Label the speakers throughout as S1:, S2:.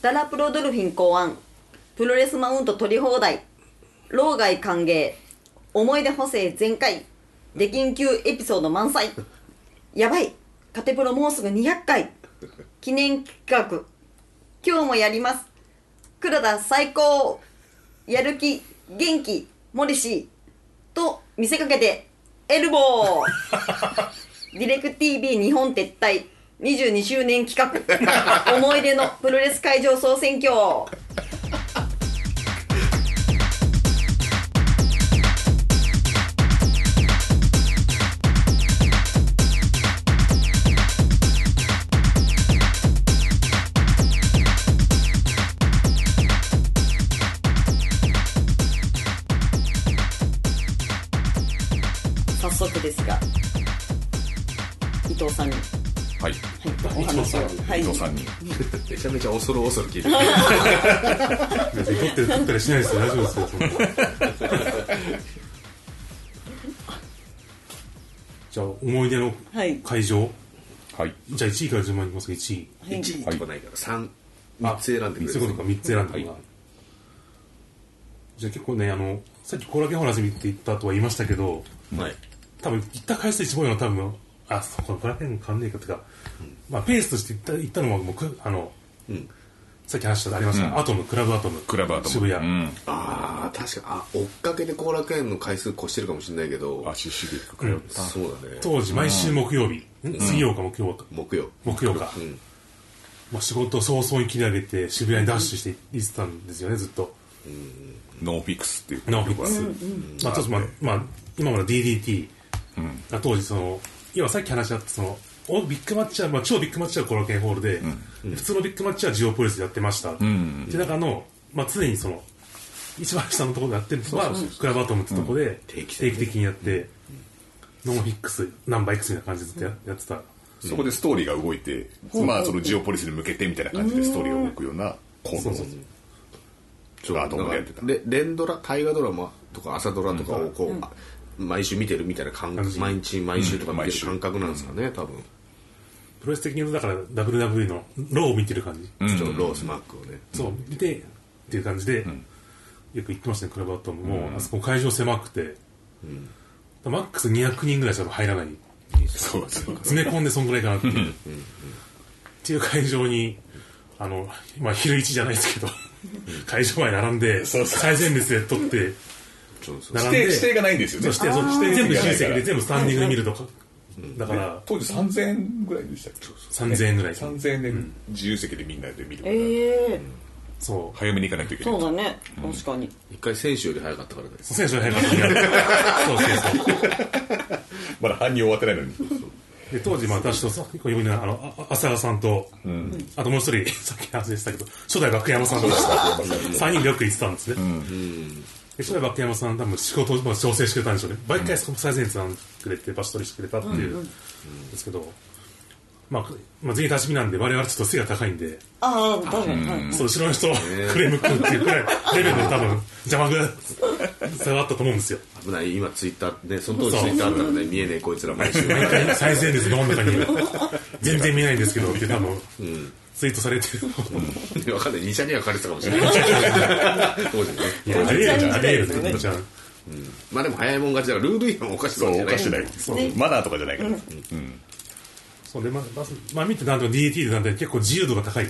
S1: ダラプロドルフィン考案プロレスマウント取り放題老害歓迎思い出補正全開出禁級エピソード満載やばいカテプロもうすぐ200回記念企画今日もやります黒田最高やる気元気モリシーと見せかけてエルボーディレク TV 日本撤退22周年企画思い出のプロレス会場総選挙早速ですが伊藤さんに
S2: はい。
S1: お話をはい
S2: 伊藤さんに。
S3: めちゃめちゃ恐る恐る聞いて
S4: 別に撮ってる撮ったりしないですよ大丈夫ですよそんなじゃあ思い出の
S1: はい
S4: 会場、
S2: はい。
S4: じゃあ1位から順番にいきますか1位
S1: はい
S3: 1位とかないから3三つ選んでくれ
S4: そういうことか3つ選んだ
S3: はい
S4: じゃあ結構ねあのさっきコラケホラジミって言ったとは言いましたけど
S3: はい
S4: 多分行った回数一番いいのは多分あそうかコラケホ変わんねえかっていうか、まあ、ペースとして行った行ったのはもうくあの、
S3: ん
S4: さっき話したありました、アトムクラブアトム
S2: クラブアトム。
S4: 渋谷、
S2: うん。
S3: ああ確かにあ追っかけで後楽園の回数越してるかもしれないけど
S2: 足しげく通った。
S3: そうだね
S4: 当時毎週木曜日、ん水曜か木曜か、
S3: 木曜
S4: 木曜か、
S3: ん
S4: まあ、仕事を早々に切り上げて渋谷にダッシュして行ってたんですよねずっと
S2: ノーフィクスっていう。
S4: ナオフィックス、まあ、当時まあ、まあ、今まで DDT が当時その要はさっき話し合ったそのおビッグマッチは、まあ、超ビッグマッチはコロケンホールで、普通のビッグマッチはジオポリスでやってました、で中の、まあ、常にその一番下のところでやってるのはクラブアトムってとこで定期的にやって、ノンフィックスナンバー X みたいな感じでずっとややってた
S2: そこでストーリーが動いて、まあそのジオポリスに向けてみたいな感じでストーリーが動くようなコント
S3: そう
S2: あどうもやってた
S3: なんかレ連ドラ大河ドラマとか朝ドラとかをこう、あ毎週見てるみたいな感
S4: うん
S3: 毎日毎週とか見て
S2: 毎
S3: る
S2: 週
S3: 感覚なんですかね、多分
S4: プロレス的に言うとだから WWE のローを見てる感じ、
S3: ちょっとロースマックをね
S4: そう見てっていう感じで、よく言ってましたねクラブアットムも、あそこ会場狭くて、マックス200人ぐらいしか入らない
S2: そうそう。
S4: 詰め込んでそんぐらいかなっていうっていう会場にあの、まあ、昼1じゃないですけど会場前並んで
S2: そうそう
S4: 最前列で撮って
S3: そうそう
S4: 並
S2: 指
S4: んで
S2: 定、指定がないんですよね。
S4: そしてそう
S2: 指定
S4: 全部
S2: がな
S4: 親
S2: いから
S4: 戚で全部スタンディングで見るとか、だから
S2: 当時3000円ぐらいでしたっけ
S4: 3000円ぐらい
S2: 3000円で自由席でみんなで見るから
S1: ええ
S4: そう
S2: 早めに行かないといけな
S1: そ
S2: い
S1: うだね確かに
S3: 一回選手より早かったからね
S4: 選手の入らない そうそうそう
S2: まだ搬入終わってないのに
S4: で当時、まあ、私とさ結構有名なあのああ浅田さんと、あともう一人 さっき話でしたけど初代爆山さんと3人でよく行ってたんですね、で初代爆山さん多分仕事を、まあ、調整してくれたんでしょうね毎回そこ最前列なんくれて場所取りしてくれたっていう、ですけど、まあ、まあ全員立ち見なんで我々ちょっと背が高いんで、
S1: ああ確かにはい
S4: そう後ろの人はクレーム食うっていうくらいレベルで多分邪魔ぐ らい差があったと思うんですよ
S3: 危ない今ツイッターねその当時
S4: そう
S3: ツイッターあったらね見えねえこいつら毎週
S4: 毎回最前列の真ん中に 全然見えないんですけどって多分、ツイートされてる
S3: 分かんない2社にはかれてたかもしれない当時ね
S4: いや、 ありえるじゃん、ありえる
S1: めっ
S4: じゃん。
S3: まあでも早いもん勝ちだからルール違反はおかしく
S2: そ
S3: は
S2: うおかし
S3: じゃ
S2: くな
S3: ない
S2: いマナーとかじゃないから
S4: そうで、まあ、まあまあ、見てなんと DT でなんて結構自由度が高い。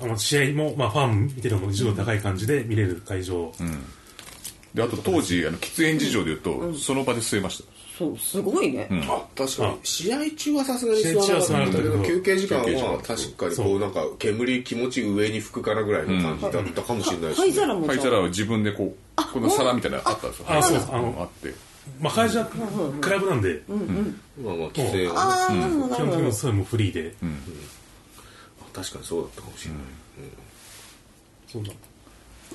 S4: あの試合も、まあ、ファン見てるのも自由度高い感じで見れる会場。
S2: であと当時あの喫煙事情でいうとその場で吸えまし
S1: そうすごいね
S3: あ確かに試合中はさすがに
S4: 試合中は
S3: 座らなかったけど
S4: 座らなかったけど
S3: 休憩時間
S2: 休憩時間
S3: は確かにこうなんか煙気持ち上に吹くからぐらいの感じだったかもしれないし、
S1: 灰皿
S2: た
S1: も
S2: 灰
S1: じゃ
S2: 皿は自分でこうこの皿みたいなのあったんですよ
S4: あそう
S2: あのあって
S4: まあ、会場はクラブなんで、
S3: まあまあ規制はね
S1: ああなるほどな
S4: 基
S1: る
S4: 本的
S1: ほ
S4: に
S1: ど
S4: それもフリーで。
S3: 確かにそうだったかもしれない、
S4: そうだ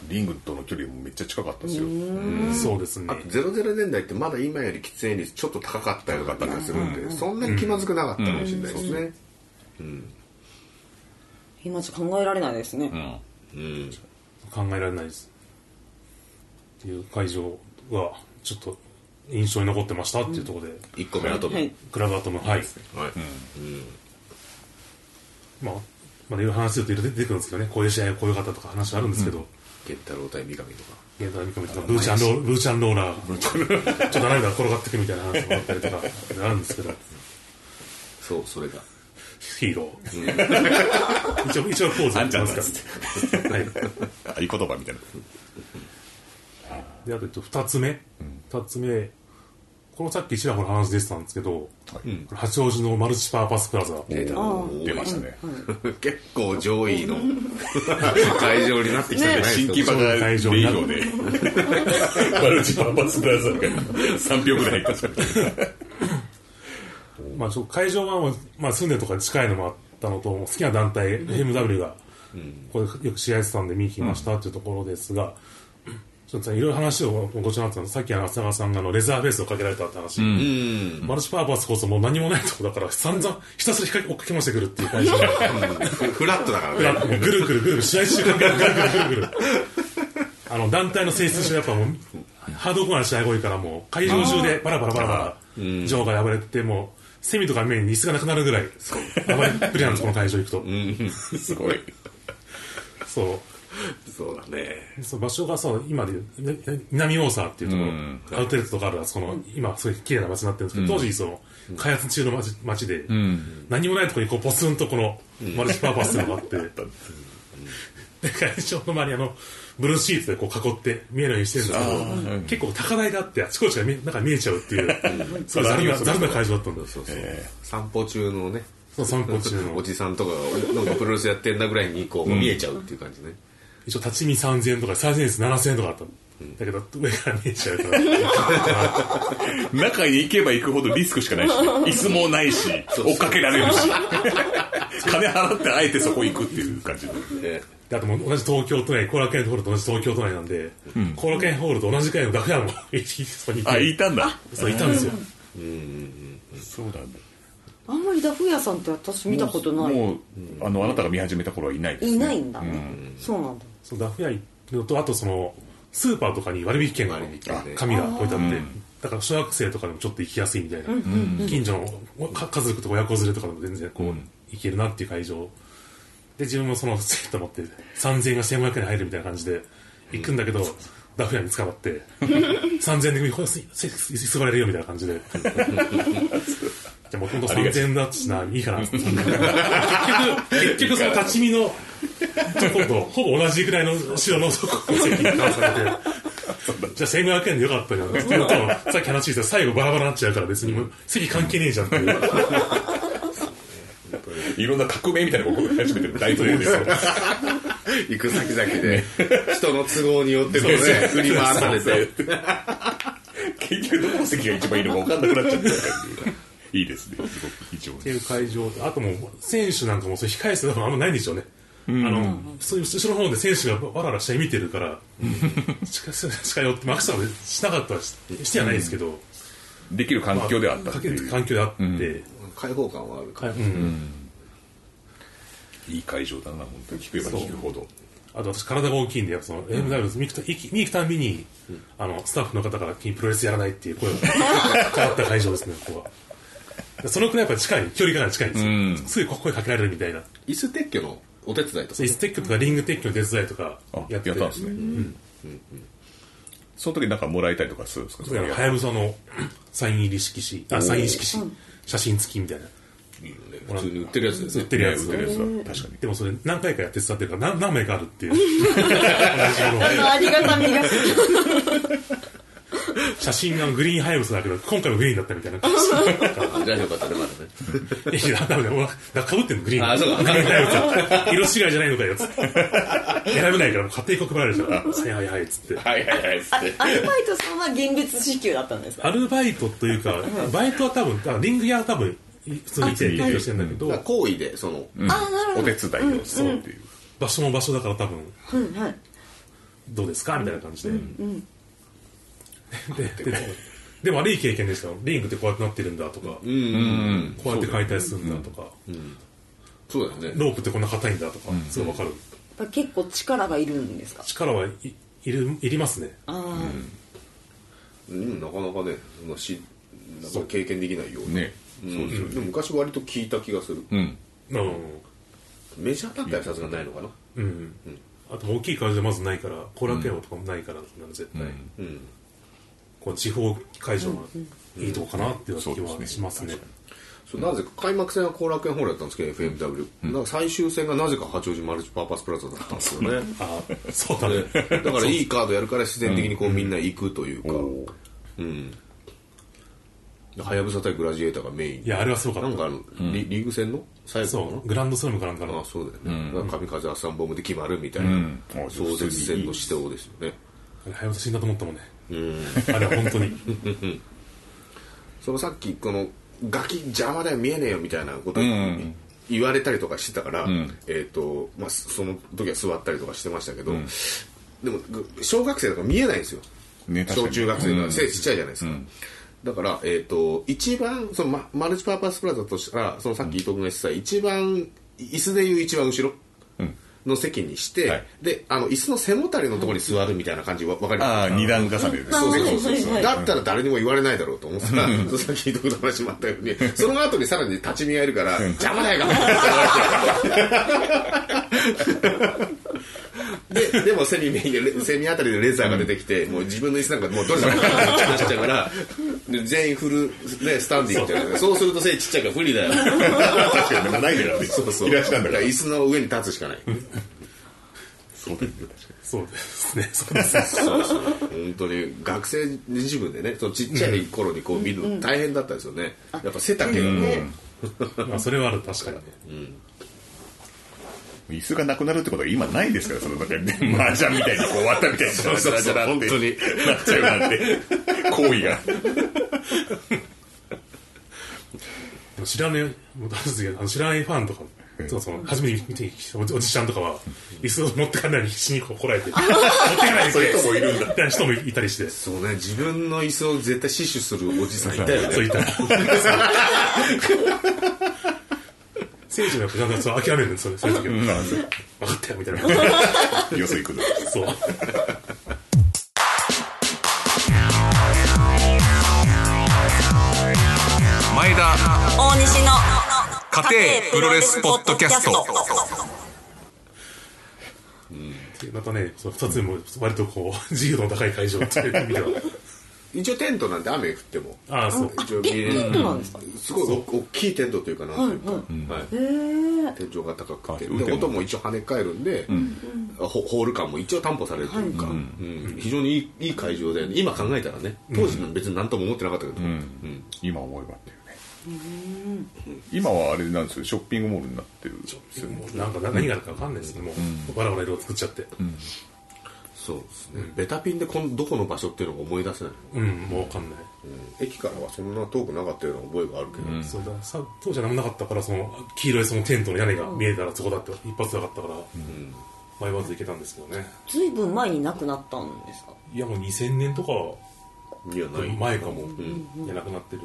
S2: リングとの距離もめっちゃ近かったですよ
S4: そうですね
S3: あ。と00年代ってまだ今より喫煙率ちょっと高かったような気がするんで、そんなに気まずくなかったかもしれないですね、
S1: 今じゃ考えられないですね
S4: 考えられないです。っていう会場は、ちょっと印象に残ってましたっていうところで、
S3: 1個目アトム
S1: はい
S4: クラブアトム、はい。
S3: はい
S4: まあ、まあ、いろいろ話するといろいろ出てくるんですけどね、こういう試合、こういう方とか話あるんですけど、
S3: ゲンタロウ対三上とか
S4: ゲンタ三上とか、ブーちゃんロー、ブーちゃんローラー、ちょっと何が転がってくるみたいな話もあったりとか、あるんですけど、
S3: そうそれだ
S4: ヒーロー。一応、一応ポーズやってますから。 はい。
S2: 合言葉みたいな。
S4: で、あとえっと、二つ目。二つ目。このさっきちらほら話出てたんですけど、
S2: はい
S4: 八王子のマルチパーパスプラザ。
S3: 出たの
S2: 出ましたね。
S3: 結構上位 の会場になってきたじゃない
S2: 新
S3: で
S2: 規
S3: す
S2: 場
S3: か
S2: が0票で、マルチパーパスプラザが3票ぐらい確かに。
S4: まあ、ちょっと会場がもう、まあ、住んでるとか近いのもあったのと、好きな団体、MW が、これよく試合してたんで見に来ましたっていうところですが、ちょっとさいろいろ話をごちゃになってたんですさっきあの浅川さんがあのレザーベースをかけられたって話、マルチパーパスこそもう何もないとこだから散々ひたすら光追っかけましてくるっていう会場
S3: フラットだからね
S4: がぐるぐるぐるぐる試合中間からぐるぐるぐるぐるあの団体の性質上やっぱもうハードコアな試合が多いからもう会場中でバラバラバラバラ場が破れてもうセミとか目に椅子がなくなるぐらい暴れっぷりなんですこの会場行くと
S2: すごい。
S4: そ
S3: そうだね
S4: うそう場所がそう今でいうねね南大沢っていうところアウトレットとかあるあそこの今すごい綺麗な街になってるんですけど当時その開発中の街街で何もないところにこうポツンとこのマルチパーパスっていう のがあって。で会場の周りあのブルーシートでこう囲って見えないようにしてるんですけど、結構高台があってあちこちが見えなんか見えちゃうって いうすごいざるなざるな会場だったんだ
S3: そうそう散歩中のね
S4: その散歩中の
S3: おじさんとかがなんかプロレスやってんだぐらいにこう見えちゃうっていう感じね
S4: 一応立ち見3000円とか3000円です7000円とかあったのだけど上から見えちゃうから
S2: 中に行けば行くほどリスクしかないし、椅子もないし、追っかけられるし、金払ってあえてそこ行くっていう感じ。
S3: ね
S4: であともう同じ東京都内後楽園ホールと同じ東京都内なんで後、楽園ホールと同じくらいの楽屋も そこにいて
S2: あ、いたんだ。
S4: そういたんですよ
S2: そうなんだ。
S1: あんまりダフ屋さんって私見たことない
S2: もう、あの、あなたが見始めた頃はいないです
S1: い
S2: ね
S1: ないんだねそうなんだ
S4: そう楽屋行くのとあとそのスーパーとかに割引券が
S3: 割引券ね
S4: 紙が置いてあってだから小学生とかでもちょっと行きやすいみたいな近所のか家族とか親子連れとかでも全然こう行けるなっていう会場で自分もそのセット持って3000円が1500円入るみたいな感じで行くんだけどダフ屋に捕まって3000円でこうすすすす座れるよみたいな感じでじゃあもともと3000円だしないいかな結局結局その立ち見のところとほぼ同じぐらいの後ろのとこの席に倒されて。じゃあ1500円でよかったじゃんって言うと、さっき話した最後バラバラになっちゃうから別にもう席関係ねえじゃんっていう。
S2: いろんな革命みたいなことを始めてる大統領ですよ。
S3: 行く先々で人の都合によってこうね振り回されて
S2: 結局どこの席が一番いいのか分かんなくなっちゃってる感じ。いいですね。すごく非常
S4: って
S2: に。
S4: いう会場であともう選手なんかもそう控え室とかあんまないんでしょうね、あのそういう後ろの方で選手がわらわら試合見てるから、近近寄ってマクサーでしなかったらししてはないですけど、
S2: できる環境ではあった
S4: か
S2: って
S4: け
S2: い
S4: る
S2: う。
S4: 環境であって、
S3: 開放感はあるか
S4: はいうん
S2: いい会場だな、本当に。聞けば聞くほど。
S4: あと私体が大きいんでやっぱその MW 見に行くと行き見に行くたんびにあのスタッフの方から君プロレスやらないっていう声が変わった会場ですねここはそのくらいやっぱ近い距離感が近いんですよ、すぐ声かけられるみたいな
S3: 椅子撤去のお手伝いとか
S4: 椅子撤去とかリング撤去の手伝いとか
S2: あ、
S4: や
S2: や
S4: っ
S2: ってたんですね。その時なんかもらえたりとかするんですかそ
S4: だか
S2: れ
S4: ら
S2: は
S4: はやぶさの サイン入り色紙あサイン色紙、写真付きみたいな
S3: 普通に売ってるやつです
S4: 売
S3: ね
S4: ってるやつ
S2: 売ってるやつは確かに。
S4: でもそれ何回かやって伝ってるから何何枚かあるっていう 同じもの
S1: あのありがたみが
S4: 写真がグリーンはやぶさだけど今回はグリーンだったみた いな感
S3: じゃあよかったねまだね
S4: じいやダメだもうなんかかぶってんのグリーン
S3: あそうか
S4: グリーンはやぶさ色違いじゃないのかよつって選べないからもう勝手に配られちゃうからはいはいはいっつって
S2: はいはいはいっつって。
S1: アルバイトさんは現物支給だったんですか
S4: アルバイトというかバイトは多分あリング屋は多分普通にいて
S2: あ
S4: 提供してるんだけど、
S3: だから行為でその
S1: あなる
S2: お
S1: ほ
S2: 手伝いをするっていう。
S4: 場所も場所だから多分
S1: どうんはい
S4: どうですかみたいな感じで、ででででも悪い経験でしたよリングってこうやってなってるんだとか、こうやって解体するんだとか、
S3: そうだよね
S4: ロープってこんな硬いんだとか、すごい分かる
S1: やっぱ結構力がいるんですか
S4: 力はいいるいりますね
S1: ああ
S3: うんなかなかねそのしなんか経験できないような
S2: ね。
S3: うんでも昔割と聞いた気がする
S2: うん。
S4: うん
S3: メジャーだったらさすがにないのかな
S4: うん、あと大きい会場でまずないから後楽園とかもないからなの絶対、こう地方会場はいいとこかなっていう気
S2: そうで
S4: は
S2: すね
S4: しますね,、
S3: そうなぜか開幕戦は後楽園ホールだったんですけど FMW、なんか最終戦がなぜか八王子マルチパーパスプラザだったんですよね
S4: あそうだね
S3: でだからいいカードやるから自然的にこうみんな行くというかうんではやぶさ対グラジエーターがメイン
S4: いやあれはすごかった
S3: なんかあのリリーグ戦の最後か
S4: そうグランドスラムかなんか
S3: なあ
S4: の
S3: あそうだよね、なんか神風アッサンボムで決まるみたいな、
S2: んあ
S3: 壮絶戦の指導ですよね
S4: 早め死んだと思ったもんね、あれは本当に
S3: そのさっきこのガキ邪魔だよ見えねえよみたいなこと言言われたりとかしてたから、えっ、とまあそその時は座ったりとかしてましたけど、でもぐ小学生だから見えないんですよ、
S2: ね確か
S3: 小
S2: に
S3: 中学生が背ちっちゃいじゃないですか、だから、えっと一番そのママルチパーパスプラザとしたらそのさっき伊藤君が言ってた一番椅子でいう一番後ろの席にして、
S2: はい
S3: であの椅子の背もたれのところに座るみたいな感じわわかります
S2: ああ、二段重ねで
S3: そ
S2: す。
S3: うそう
S1: はい
S3: そう
S1: はい
S3: だったら誰にも言われないだろうと思ってたら、さっき伊藤君の話もあったように、その後にさらに立ち見がいるから、邪魔だよ、で、でもセミメインで、セミあたりでレーザーが出てきて、もう自分の椅子なんかもうどれだろうってなっちゃうから、で全員フル、ね、スタンディングみたいな。そうすると背ちっちゃいから不利だよ。
S2: 確かに、なんかないからね。
S3: そうそう。
S2: いらっしゃるん
S3: だか
S2: だからら。
S3: 椅子の上に立つしかない。
S2: そうだよね
S4: そうですねそうですね
S3: そうそう本当に学生自分でねそのちっちゃい頃にこう見るの大変だったですよね、やっぱ背丈がこう、
S4: まあそれはある確かにね
S2: 椅子がなくなるってことは今ないですから、そのなんか、麻雀みたいにこう終わったみたいに、そう
S3: そうそう
S2: なって
S3: 本当に
S2: なっちゃうなんて、 行為が。
S4: でも知らねえもう話ですけどあの知らないファンとかもそうそう初めて見てきたおじおじちゃんとかは椅子を持ってかないように必死にこうこらえて持ってかないで そういう人もいるんだって人もいたりして
S3: そうね自分の椅子を絶対死守するおじさんいたよね
S4: そういった。政治のやっぱなんかそう諦めるんですよね、そういう時は。分かったよ、みたいな。
S2: よそ行くの。
S4: そう。
S5: 前田
S1: 大西の
S5: 家庭プロレスポッドキャスト
S4: でまたね、その二つも割とこう、自由度の高い会場っていう意 味では。
S3: 一応テントなんで雨降っても
S4: ああ、そう。
S3: 一応見
S1: え
S3: れ
S1: テント
S3: る
S1: なんですか
S3: すごいお大きいテントというかなというか、はい天井が高くて
S2: あ
S3: で音も一応跳ね返るんで、ホホール感も一応担保されるというか、うん非常にいいいい会場で今考えたらね当時別に何とも思ってなかったけど、うん
S2: 今思えばっていうね。今はあれなんですよ、ショッピングモールになってるんですよね。
S4: なんかな何があるか分かんないですけども、わらわら色を作っちゃって。
S3: そうですね、ベタピンでこんどこの場所っていうのが思い出せない
S4: うん、もう分かんない。
S3: 駅からはそんな遠くなかったような覚えがあるけど、
S4: そうだ、さ当時は何もなかったから、その、黄色いそのテントの屋根が見えたらそこだって一発で分かったから、迷わず行けたんですけどね。
S1: ずいぶん前になくなったんですか
S4: いや、もう2000年とかは、
S3: いやない
S4: 前かも、いや、なくなってる。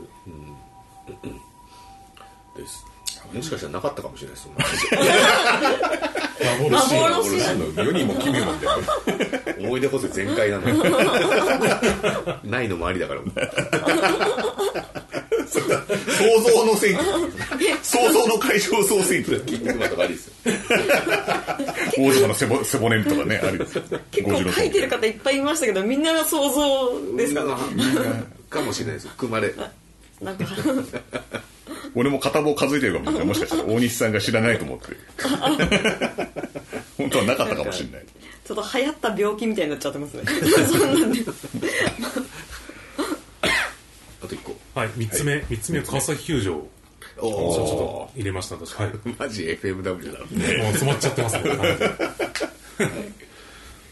S3: ですもしかしたらなかったかもしれないです
S4: 幻
S1: 幻
S2: あの世にも奇妙なんだよね。
S3: その思い出補正全開なのよないのもありだから
S2: 想像 の選挙。想像の解消総選挙。
S3: 筋肉マンとかありですよ
S2: 王子様の背ぼ背骨とかね、あれですよ。
S1: 結構書いてる方いっぱいいましたけどみんなが想像ですか
S3: なかもしれないです組まれ
S1: なんか
S2: 俺も片棒数えてるかもしれないもしかしたら大西さんが知らないと 思ってる本当はなかったかもしれない
S1: ちょっと流行った病気みたいになっちゃってますねそんなんで
S3: あと一個
S4: はい、三つ目、三つ目は川崎球場を
S3: お
S4: ちょっ
S3: お
S4: と入れました、私。はい。もう
S3: マジ FMW だろ
S4: 詰まっちゃってますね。はい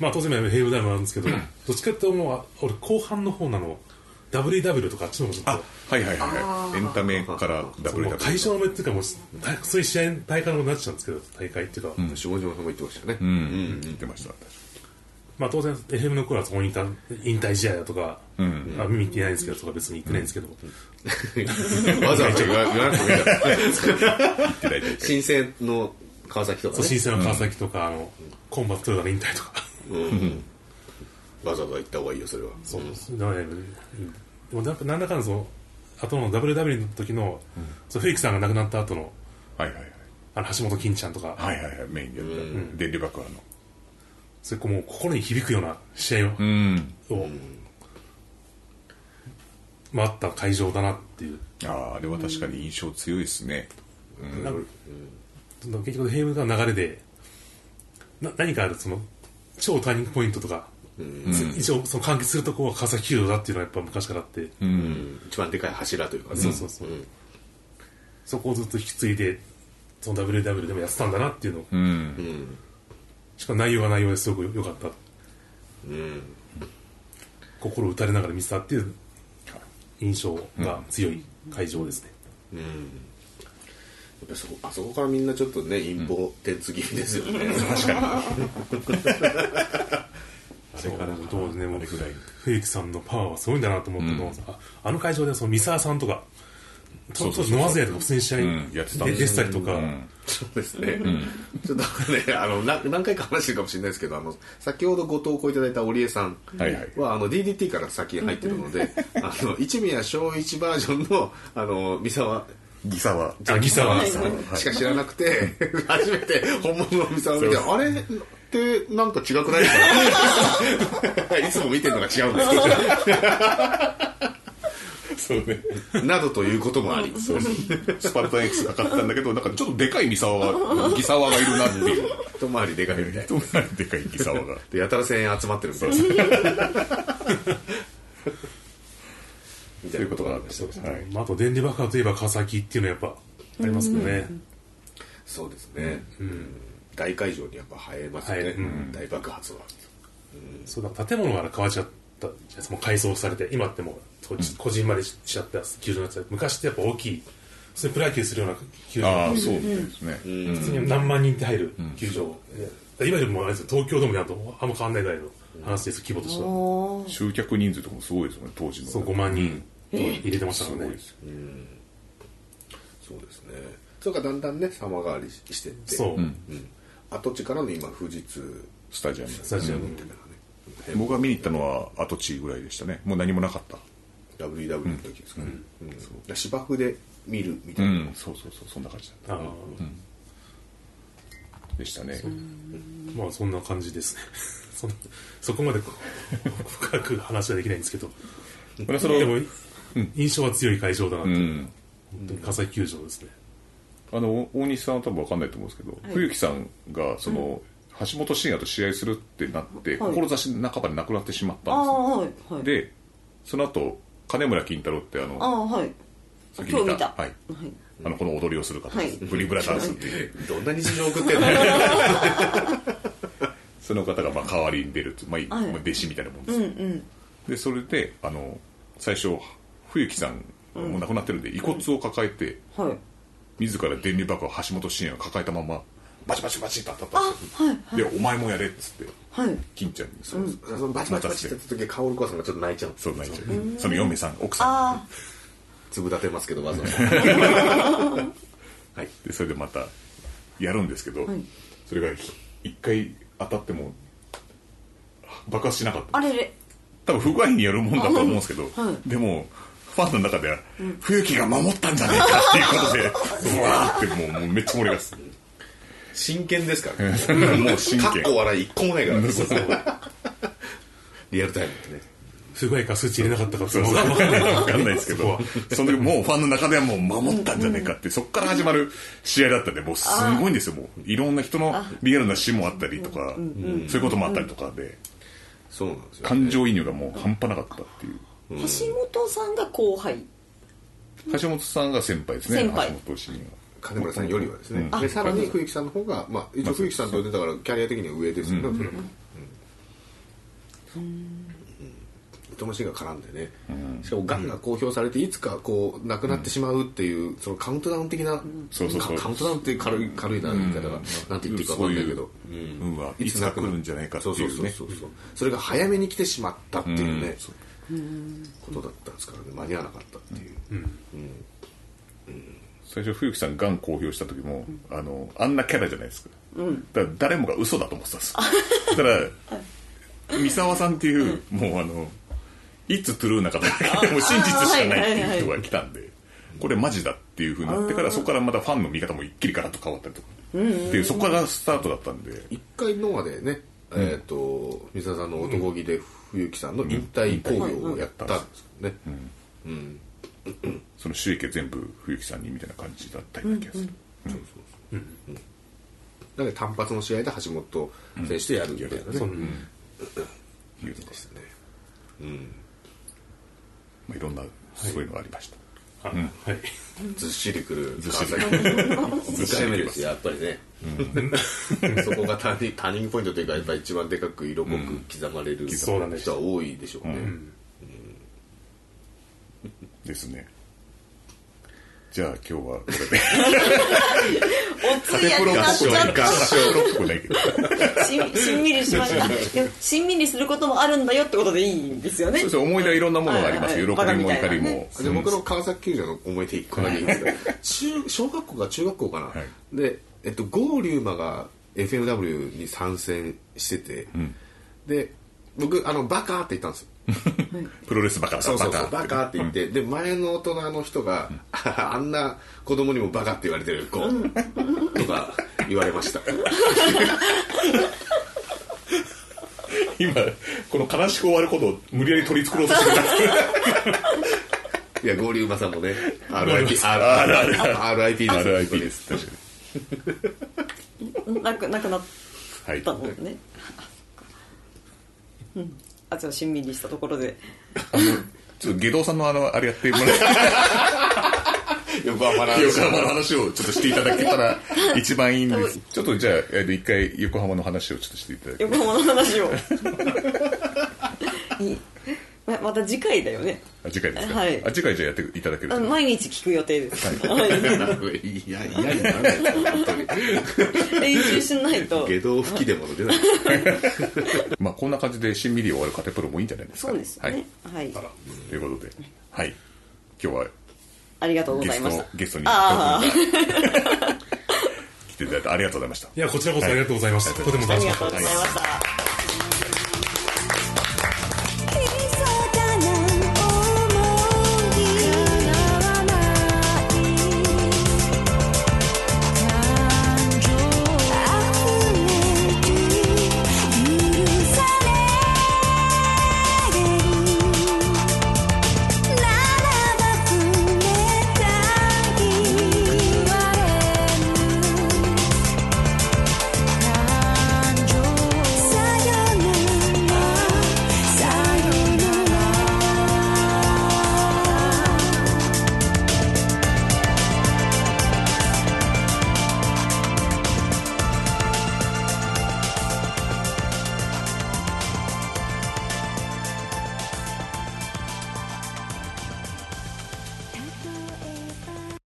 S4: まあ、当然、平和大もあるんですけど、どっちかっていうと、もう、俺、後半の方なの、WW とかあっちの方がちょっと。
S2: はいはいはいはいエンタメからダブル
S4: もう
S2: ダブ
S4: 会
S2: ル
S4: 場の目っていうかもう大そういう試合大会のになっちゃうんですけど大会っていうか、
S3: 下島さんも言ってましたね、
S2: 言ってました
S4: まあ当然 FM の頃はその引退引退試合だとか、まあ、見に行ってないんですけどとか別に行ってないんですけど、
S3: わざわざ言わ言わなくてもい いから
S2: 言ってない
S3: 新生の川崎とか
S4: そう
S3: ね
S4: 新鮮は川崎とか、あのコンバットとかの引退とか
S3: わざわざ行った方がいいよそれは
S4: そうです、だからねでもなんかなんだかんだその後の WW の時の、そうフェイクさんが亡くなった後の
S2: はいはいはい
S4: あの橋本金ちゃんとか、
S2: はいはいはい、メインでやった。電流爆破の。
S4: それこうもう心に響くような試合を、
S2: うん。
S4: を待った会場だなっていう。
S2: ああ、あれは確かに印象強いですね。
S4: なんか結局、ヘイムが流れで、な何かある、その、超ターニングポイントとか、つ一応、その完結するとこは川崎球道だっていうのはやっぱ昔からあって、
S3: 一番でかい柱というかね
S4: そうそうそう、そこをずっと引き継いで、その WW でもやってたんだなっていうのを、しかも内容が内容ですごく良かった。心打たれながら見てたっていう印象が強い会場ですね。
S3: やっぱそこあそこからみんなちょっとね陰謀手つぎですよね、
S2: 確か
S4: あれからも当時ね、もう、
S2: れぐらい
S4: 冬木さんのパワーはすごいんだなと思っても、ああの会場ではその三沢さんとか、当時ノワズヤでも普通に試合
S2: んやってたん
S4: で
S2: です
S4: 出てたりとか、
S3: そうですね、ちょっとねあのな何回か話してるかもしれないですけどあの先ほどご投稿いただいた織江さんは、
S2: はいはい
S3: あの DDT から先に入ってるので、あの一宮小一バージョンのあの三沢
S2: に。ギサは。
S4: あ、ギサは、
S3: しか知らなくて、初めて本物の三沢を見てあれってなんか違くないですか いつも見てるのが違うんですけど
S2: そうね。
S3: などということもあり
S2: そうスパルタン X が勝ったんだけど、なんかちょっとでかいミサワが、ギサワがいるなっていう。
S3: 一回りでかいみたい
S2: どんなにでかいギサワ が。
S3: でやたら声援集まってるみたい なみた
S2: そ
S3: い
S2: ういう
S3: なこと
S2: こと
S3: が
S2: が
S3: あ
S2: あ
S3: るんで
S2: るんですす
S3: よ
S2: よ。はい。
S4: まあ、あと電流爆破といえば川崎っていうのはやっぱありますけどね。
S3: そうですね、大会場にやっぱ映えますね、
S4: 映えうん
S3: 大爆発は
S4: そうだ、建物から変わっちゃったじゃないですかもう改装されて、今ってもうこじ、こじんまりしちゃった球場になっちゃって、昔ってやっぱ大きい、それプロ野球するような球場
S2: ああ、そうですね。うん
S4: 普通に何万人って入る球場、いわゆるもうあれですよ東京ドームなんとあんま変わんないぐらいの話です、規模としては。
S1: おー
S2: 集客人数とかもすごいですよね、当時の。
S4: そう、5万人入れてました
S2: す
S4: か
S2: ご
S4: ら
S2: い
S4: ね
S2: で。すよ。
S3: そうですねそれからだんだんね様変わりしてって
S4: そう、
S3: 跡地からの今富士通
S2: スタジアム。
S4: スタジアム。
S2: 僕が見に行ったのは跡地ぐらいでしたね。もう何もなかった。
S3: WW の時ですかね、うんそう芝生で見るみたいな、
S2: うん、そうそうそう、そんな感じ
S4: ああ
S2: でしたね。
S4: まあそんな感じですね。 そんそこまでこう深く話はできないんですけど、
S2: これはその
S4: でも、印象は強い会場だなと、本当に川崎球場ですね。
S2: あの大西さんは多分分かんないと思うんですけど、冬木さんがその、橋本真也と試合するってなって、
S1: はい
S2: 志半ばで亡くなってしまった
S1: ああ
S2: ん
S1: はいはい
S2: です、ね、でその後金村金太郎ってあの
S1: ああはい
S2: さっき
S1: 今日見た
S2: はいあのこの踊りをする方です、
S1: はい
S2: ブリブラダンスっていう、
S3: どんな日常送ってんだよ
S2: その方がまあ代わりに出るっていう、まあい
S1: はい
S2: まあ弟子みたいなもんですよ、でそれであの最初冬木さんもう亡くなってるんで、遺骨を抱えて
S1: はい
S2: 自ら電流爆破橋本真也を抱えたままバチバチバチって当たったんですよ、でお前もやれっつって
S1: はい
S2: 金ちゃんにそ
S3: そのバチバチバチってやった時薫子さんがちょっと泣いちゃうんです
S2: そう泣いちゃうその嫁さん奥さ
S1: あ
S3: つぶ立てますけどわざわざはい
S2: んでそれでまたやるんですけど、
S1: い
S2: それがひ一回当たっても爆発しなかっ
S1: あ
S2: た
S1: あれれ
S2: 多分不具合によるもんだと思うんですけど、
S1: は
S2: でもファンの中では、冬木が守ったんじゃねえかっていうこと でうわーってもうもうめっちゃ盛り上がって
S3: 真剣ですからね
S2: たもう真
S3: かっ
S2: 剣
S3: こ笑い一個もないからねリアルタイムってね
S4: 不具合か数値入れなかったかっていうのが
S2: わかんないわかんないですけど、その時もうファンの中ではもう守ったんじゃねえかって、そこから始まる試合だったんで、もうすごいんですよ、もう。いろんな人のリアルな死もあったりとか、そういうこともあったりとかで、
S3: そうなんですよ、ね、
S2: 感情移入がもう半端なかったっていう。
S1: 橋本さんが後輩
S2: 橋本さんが先輩ですね、
S1: 先
S2: 橋
S1: 輩
S2: 本氏には。
S3: 金村さんよりはですね、でさらに冬木さんの方が、まあ、一応冬木さんと出たからキャリア的には上ですよね、それもうん糸虫が絡んでね、しかもがんが公表されていつかこうなくなってしまうっていう、そのカウントダウン的な、
S2: そうそうそう
S3: カカウントダウンって軽い軽いなみたいな、なんて言っていいか分かんないけど
S2: そういう運はいつか来るんじゃないかっていうね
S3: そうそうそうそうそれが早めに来てしまったっていうね、
S2: うんそ
S3: ことだったんですからね間に合わなかったっていう、
S2: 最初、冬木さんがん公表した時も、あの、あんなキャラじゃないですか。だから誰もが嘘だと思ってたんですよ。だ から、三沢さんっていう、もうあの、いつトゥルーな方が、もう真実しかないっていう人が来たんで、これマジだっていうふうになってからそこからまたファンの見方も一気にガラッと変わったりとかっていうそこからスタートだったんで
S3: 一回ノアでね、えっ、と三沢さんの男気で冬木さんの引退興行をやったんですよね、
S2: その収益は全部冬木さんにみたいな感じだったような気がする
S3: そうそうそう、うん、だから単発の試合で橋本選手とやるみたいなね、
S4: そう
S2: いうのが
S3: ですね
S2: まあいろんなそういうのがありました
S4: あはい
S3: ずっしりくる
S2: っしり
S3: 2回目ですよやっぱりね、そこがターニターニングポイントというかやっぱり一番でかく色濃く刻まれる
S4: そうなんです
S3: 人は多いでしょうね、
S2: ですねじゃあ今日はこれで
S1: おつやになっちゃったしんしんみりしま したいやしんみりすることもあるんだよってことでいいんですよね
S2: そうですね思い出はいろんなものがありますよ喜び
S1: はいはい
S2: も怒り
S1: バカみたいな
S2: も
S3: で僕の川崎球場の思い出一個だけいいんですけど中小学校か中学校かな、
S2: い
S3: で、えっと、郷龍馬が FMW に参戦してて、で僕あのバカって言ったんですよ
S2: プロレスバカだ
S3: そうそうそう
S2: バ
S3: バ
S2: カ
S3: カって言って、で前の大人の人が、あんな子供にもバカって言われてる子とか言われました
S2: 今この悲しく終わることを無理やり取り繕ろうとしてる
S3: いや、合流馬さんもね、
S2: RIP
S3: RIP、RIP です。
S2: RIP です確かに
S1: なくなくなっ
S2: はい
S1: たのねうんあじゃあしんみりしたところで
S2: ちょっと下道さんのあのあれやってもらって
S3: 横浜の
S2: 横浜の話をちょっとしていただけたら一番いいんですちょっとじゃあえっと一回横浜の話をちょっとしていただき
S1: 横浜の話 をいいままた次回だよね
S2: あ次回ですか、
S1: はい
S2: あ次回じゃあやっていただける
S1: あ
S2: と
S1: の毎日聞く予定です、はい、
S3: いや、いやにならないですよ本当に。
S1: 練習しないと
S3: 下道吹きでも出ない。
S2: まあこんな感じでしんみり終わるカテプロもいいんじゃないですか、
S1: そうですよ
S2: はい
S1: ね、はい
S2: ということで、はい、今日は
S1: ありがとうご
S2: ゲ
S1: ざい
S2: ス
S1: ました
S2: トゲストに
S1: あ
S2: 来ていただいてありがとうございました
S4: いやこちらこそありがとうございました、とても
S1: あ
S4: 楽
S1: り
S4: し
S1: が
S4: か
S1: とう
S4: っ
S1: ござ
S4: たで
S1: い
S4: す
S1: ました